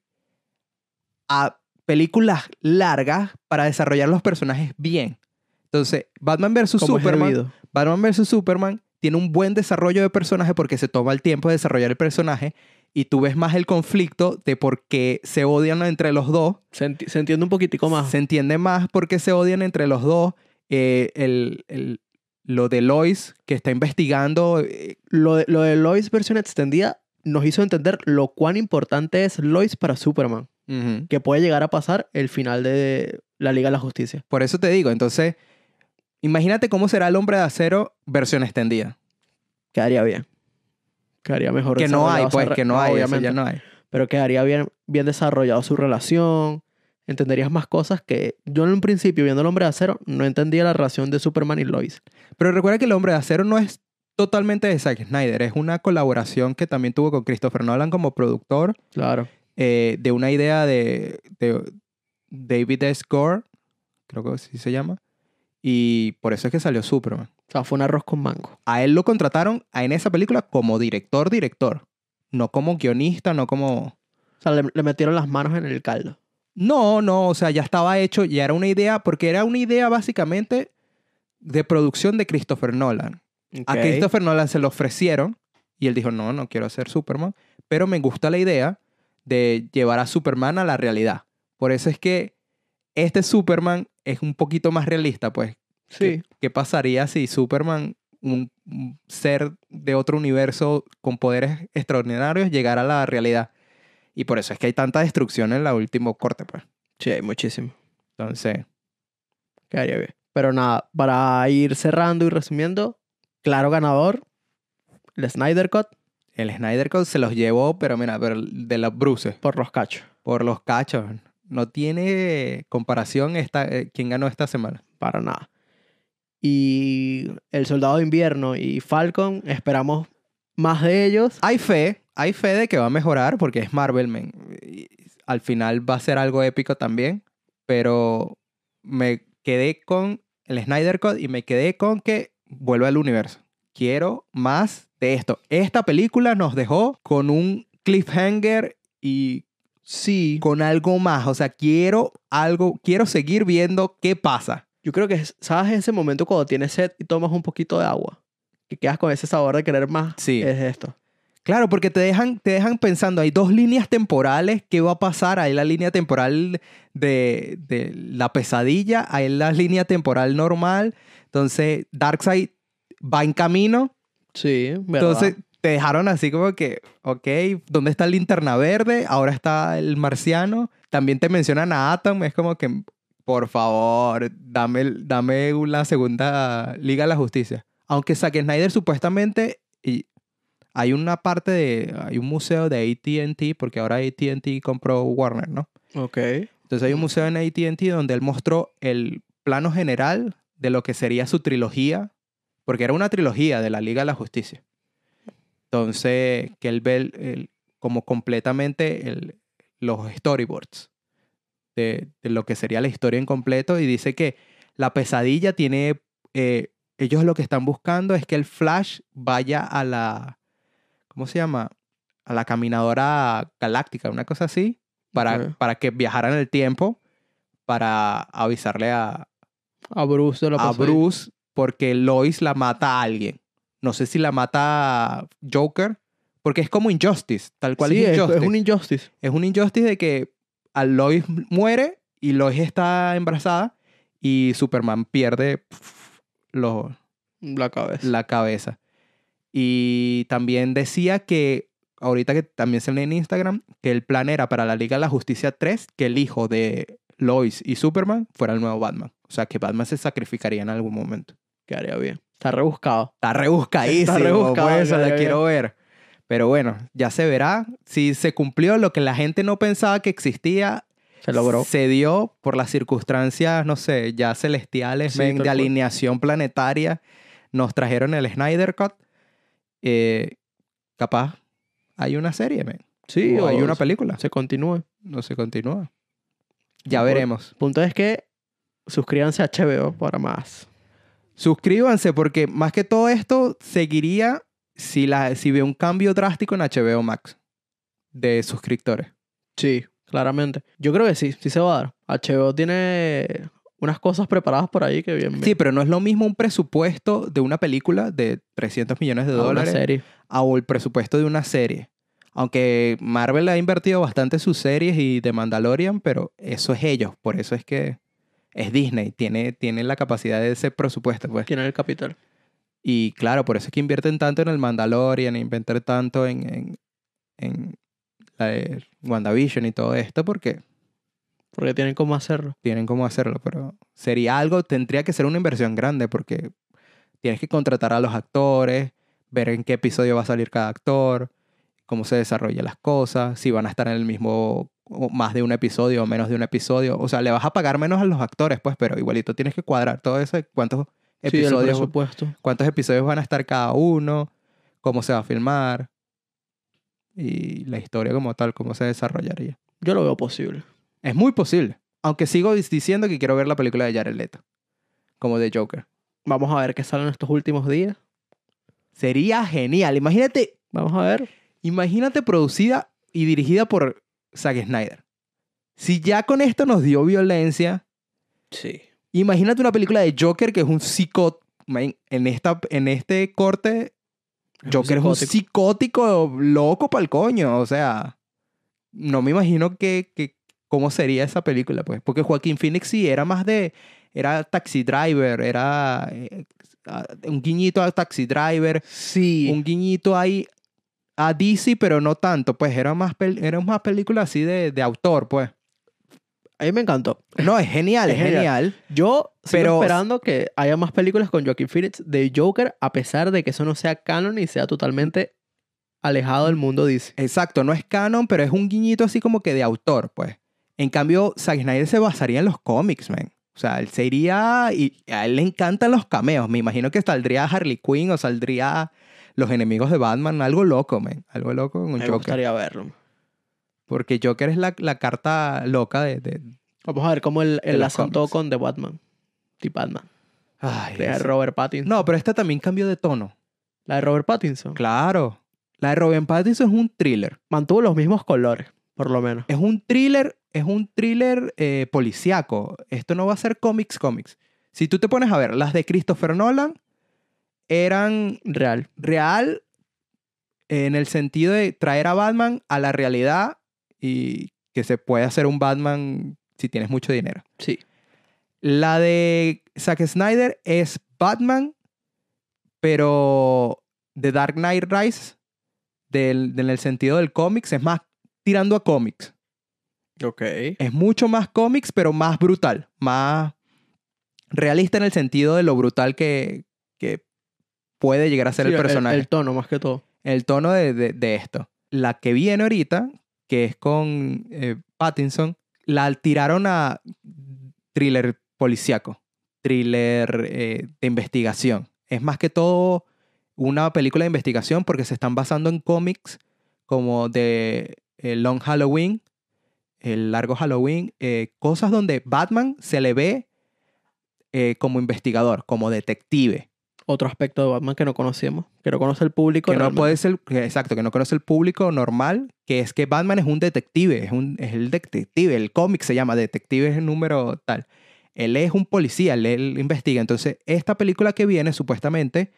a películas largas para desarrollar los personajes bien. Entonces, Batman vs. Como es Superman. debido. Batman vs. Superman tiene un buen desarrollo de personaje porque se toma el tiempo de desarrollar el personaje y tú ves más el conflicto de por qué se odian entre los dos. Se, enti- se entiende un poquitico más. Se entiende más por qué se odian entre los dos. Eh, el- el- lo de Lois que está investigando. eh, Lo, de, lo de Lois versión extendida nos hizo entender lo cuán importante es Lois para Superman. Que puede llegar a pasar el final de la Liga de la Justicia. Por eso te digo, entonces, imagínate cómo será el hombre de acero versión extendida. Quedaría bien. Quedaría mejor. Que no hay, desarrollado pues, esa re- que no hay, eso obviamente. ya no hay. pero quedaría bien, bien desarrollado su relación. Entenderías más cosas que yo en un principio, viendo el hombre de acero, no entendía la relación de Superman y Lois. Pero recuerda que El Hombre de Acero no es totalmente de Zack Snyder, es una colaboración que también tuvo con Christopher Nolan como productor Claro. eh, de una idea de, de David S. Gore, creo que así se llama, y por eso es que salió Superman. O sea, fue un arroz con mango. A él lo contrataron a- en esa película como director, director, no como guionista, no como... O sea, le, le metieron las manos en el caldo. No, no, o sea, ya estaba hecho, ya era una idea, porque era una idea básicamente de producción de Christopher Nolan. A Christopher Nolan se lo ofrecieron y él dijo, no, no quiero hacer Superman, pero me gusta la idea de llevar a Superman a la realidad. Por eso es que este Superman es un poquito más realista, pues. Sí. ¿Qué, qué pasaría si Superman, un, un ser de otro universo con poderes extraordinarios, llegara a la realidad? Y por eso es que hay tanta destrucción en la último corte, pues. Sí, muchísimo. Entonces, Quedaría bien. Pero nada, para ir cerrando y resumiendo, claro ganador, el Snyder Cut el Snyder Cut se los llevó, pero mira, pero de las bruces. por los cachos. Por los cachos. No tiene comparación esta, eh, quién ganó esta semana. Para nada. Y el Soldado de Invierno y Falcon, esperamos más de ellos. Hay fe, hay fe de que va a mejorar porque es Marvel, man. Y Al final va a ser algo épico también, pero me quedé con el Snyder Cut y me quedé con que vuelva al universo. Quiero más de esto. Esta película nos dejó con un cliffhanger y Sí. con algo más. O sea, quiero algo, quiero seguir viendo qué pasa. Yo creo que, es- ¿sabes? Ese momento cuando tienes sed y tomas un poquito de agua. Que quedas con ese sabor de querer más. Sí. Es esto. Claro, porque te dejan, te dejan pensando, hay dos líneas temporales, ¿qué va a pasar? Hay la línea temporal de, de la pesadilla, hay la línea temporal normal, entonces Darkseid va en camino, Sí, entonces te dejaron así como que, ok, ¿dónde está el linterna verde? Ahora está el marciano, también te mencionan a Atom, es como que, por favor, dame, el- dame una segunda Liga de la Justicia. Aunque Zack Snyder supuestamente y hay una parte de, hay un museo de ATT, porque ahora ATT compró Warner, ¿no? Ok. Entonces hay un museo en ATT donde él mostró el plano general de lo que sería su trilogía, porque era una trilogía de la Liga de la Justicia. Entonces, que él ve el- el- como completamente el- los storyboards de, de lo que sería la historia en completo y dice que la pesadilla tiene, eh, ellos lo que están buscando es que el Flash vaya a la, ¿cómo se llama? A la caminadora galáctica, una cosa así para, Ok. para que viajaran el tiempo para avisarle a, A Bruce de la a pesadilla. Bruce porque Lois la mata a alguien. No sé si la mata Joker, porque es como Injustice, tal cual Sí, es es, Injustice. es un injustice. Injustice de que a Lois muere y Lois está embarazada y Superman pierde pf, los, La cabeza. la cabeza. Y también decía que, ahorita que también se lee en Instagram, que el plan era para la Liga de la Justicia 3 que el hijo de Lois y Superman fuera el nuevo Batman. O sea, que Batman se sacrificaría en algún momento. Quedaría bien. Está rebuscado. Está rebuscadísimo, (laughs) Está rebuscado, pues, la ya, ya. quiero ver. Pero bueno, ya se verá si se cumplió lo que la gente no pensaba que existía. Se logró. Se dio por las circunstancias, no sé, ya celestiales, Sí, tal men, de cual. alineación planetaria. Nos trajeron el Snyder Cut. Eh, capaz hay una serie, men. Sí, Pues, o o hay una película. se continúe. No se continúa. Ya Por- veremos. Punto es que suscríbanse a HBO para más. Suscríbanse porque más que todo esto seguiría si, la, si ve un cambio drástico en HBO Max de suscriptores. Sí, claramente. Yo creo que sí, sí se va a dar. HBO tiene unas cosas preparadas por ahí que bien. Sí, pero no es lo mismo un presupuesto de una película de 300 millones de a una dólares serie. o el presupuesto de una serie. Aunque Marvel ha invertido bastante en sus series y de Mandalorian, pero eso es ellos. Por eso es que es Disney. Tiene, tiene la capacidad de ese presupuesto, pues. Tiene el capital. Y claro, por eso es que invierten tanto en el Mandalorian, invierten tanto en, en, en la de WandaVision y todo esto, porque Porque tienen cómo hacerlo. tienen cómo hacerlo, pero sería algo, tendría que ser una inversión grande porque tienes que contratar a los actores, ver en qué episodio va a salir cada actor, cómo se desarrollan las cosas, si van a estar en el mismo o más de un episodio o menos de un episodio, o sea, le vas a pagar menos a los actores, pues, pero igualito tienes que cuadrar todo eso, de cuántos sí, el episodios, presupuesto. cuántos episodios van a estar cada uno, cómo se va a filmar y la historia como tal, cómo se desarrollaría. Yo lo veo posible. Es muy posible. Aunque sigo dis- diciendo que quiero ver la película de Jared Leto. Como de Joker. Vamos a ver qué salen estos últimos días. Sería genial. Imagínate, Vamos a ver. imagínate producida y dirigida por Zack Snyder. Si ya con esto nos dio violencia, Sí. imagínate una película de Joker que es un psicótico. En, esta, en este corte, Joker es un psicótico loco pa'l coño. O sea, no me imagino que, que- cómo sería esa película, pues. Porque Joaquín Phoenix sí era más de. Era taxi driver, era. eh, a- un guiñito a taxi driver, Sí. un guiñito ahí a DC, pero no tanto, pues. Era más, pel- era más película así de, de autor, pues. A mí me encantó. No, es genial, Es es genial. Yo sigo Pero- esperando que haya más películas con Joaquin Phoenix de Joker, a pesar de que eso no sea canon y sea totalmente alejado del mundo dice. Exacto, no es canon, pero es un guiñito así como que de autor, pues. En cambio, Zack Snyder se basaría en los cómics, man. O sea, él sería... Y a él le encantan los cameos. Me imagino que saldría Harley Quinn o saldría los enemigos de Batman. Algo loco, man. Algo loco con Me Joker. gustaría verlo. Porque Joker es la, la carta loca de... de- Vamos a ver cómo él, él los las sentó cómics. con The Batman. The Batman. Ay, De Dios. Robert Pattinson. No, pero esta también cambió de tono. La de Robert Pattinson. Claro. La de Robin Pattinson es un thriller. Mantuvo los mismos colores, por lo menos. Es un thriller, es un thriller eh, policíaco. Esto no va a ser cómics, cómics. Si tú te pones a ver, las de Christopher Nolan eran Real. real en el sentido de traer a Batman a la realidad y que se puede hacer un Batman si tienes mucho dinero. Sí. La de Zack Snyder es Batman, pero The Dark Knight Rises, del, en el sentido del cómics, es más tirando a cómics Ok. es mucho más cómics, pero más brutal, más realista en el sentido de lo brutal que, que puede llegar a ser el personaje. El, El, tono, más que todo. tono de, de- de esto. La que viene ahorita, que es con eh, Pattinson, la tiraron a thriller policíaco, thriller eh, de investigación. Es más que todo una película de investigación porque se están basando en cómics como de eh, Long Halloween, el largo Halloween, eh, cosas donde Batman se le ve eh, como investigador, como detective, Otro aspecto de Batman que no conocíamos, que no conoce el público. que no realmente. puede ser, que- exacto, que no conoce el público normal, que es que Batman es un detective, es, un, es el detective, el cómic se llama detective es el número tal. Él es un policía, él, él investiga. Entonces, esta película que viene, supuestamente,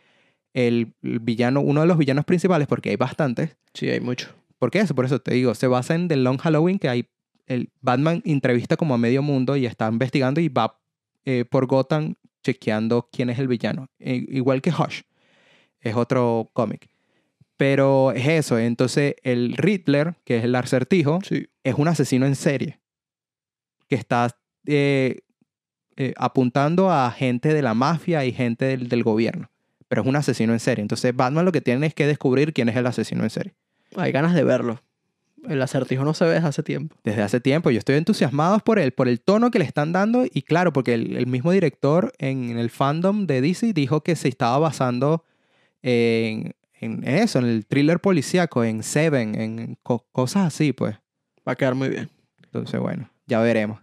el, el villano, uno de los villanos principales, porque hay bastantes, Sí, hay mucho. porque eso, por eso te digo, se basa en The Long Halloween, que hay el Batman entrevista como a medio mundo y está investigando y va eh, por Gotham chequeando quién es el villano. Eh, igual que Hush, es otro cómic. Pero es eso, entonces el Riddler, que es el acertijo, Sí. es un asesino en serie que está eh, eh, apuntando a gente de la mafia y gente del, del gobierno. Pero es un asesino en serie. Entonces Batman lo que tiene es que descubrir quién es el asesino en serie. Hay ganas de verlo. El acertijo no se ve desde hace tiempo. desde hace tiempo. Yo estoy entusiasmado por él, por el tono que le están dando y claro, porque el, el mismo director en, en el fandom de DC dijo que se estaba basando en, en eso, en el thriller policíaco, en Seven, en co- cosas así, pues. Va a quedar muy bien. Entonces, bueno, ya veremos.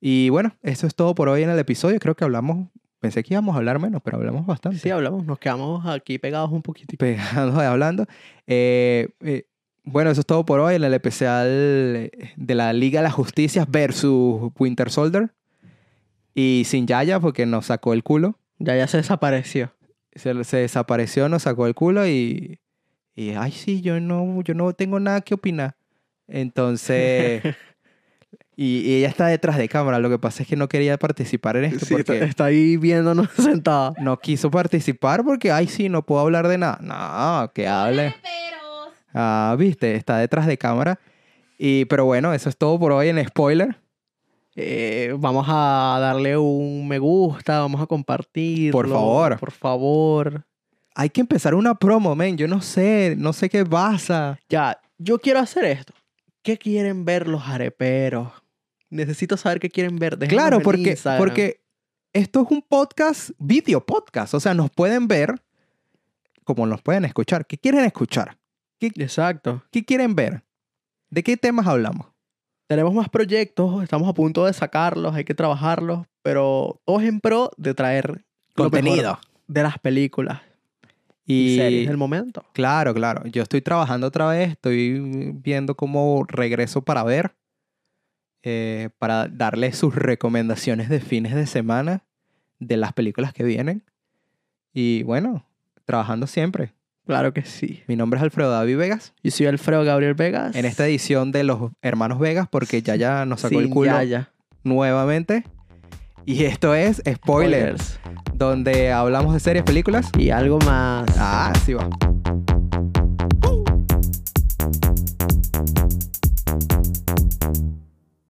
Y bueno, eso es todo por hoy en el episodio. Creo que hablamos, pensé que íbamos a hablar menos, pero hablamos bastante. Sí, hablamos, nos quedamos aquí pegados un (laughs) poquitico. Pegados y hablando. Eh, eh, bueno, eso es todo por hoy en el especial eh, de la Liga de la Justicia versus Winter Soldier. Y sin Yaya, porque nos sacó el culo. Ya ya se (laughs) desapareció. Se, se desapareció, nos sacó el culo y, y, ay, sí, yo no, yo no tengo nada que opinar. Entonces, (laughs) y, y ella está detrás de cámara. Lo que pasa es que no quería participar en esto Sí, está, porque está ahí viéndonos (laughs) sentada. no quiso participar porque, ay, sí, no puedo hablar de nada. No, que hable. Pero Ah, viste, está detrás de cámara. Y, pero bueno, eso es todo por hoy en spoiler. Eh, vamos a darle un me gusta, vamos a compartir. favor. Por favor. Hay que empezar una promo, men. Yo no sé, no sé qué pasa. Ya, yo quiero hacer esto. ¿Qué quieren ver los areperos? Necesito saber qué quieren ver. Déjenos claro, en porque, Instagram. porque esto es un podcast, video podcast. O sea, nos pueden ver como nos pueden escuchar. ¿Qué quieren escuchar? Exacto. ¿Qué quieren ver? ¿De qué temas hablamos? Tenemos más proyectos, estamos a punto de sacarlos, hay que trabajarlos, pero todo es en pro de traer lo mejor Contenido. de las películas y, series Y, del momento. Claro, claro. Yo estoy trabajando otra vez, estoy viendo cómo regreso para ver, eh, para darle sus recomendaciones de fines de semana de las películas que vienen. Y bueno, trabajando siempre. Claro que sí. Mi nombre es Alfredo David Vegas, Yo soy Alfredo Gabriel Vegas. en esta edición de los Hermanos Vegas, porque ya ya nos sacó Sin el culo Yaya. nuevamente. Y esto es Spoilers, Spoilers. donde hablamos de series, películas. Y algo más. Ah, sí va.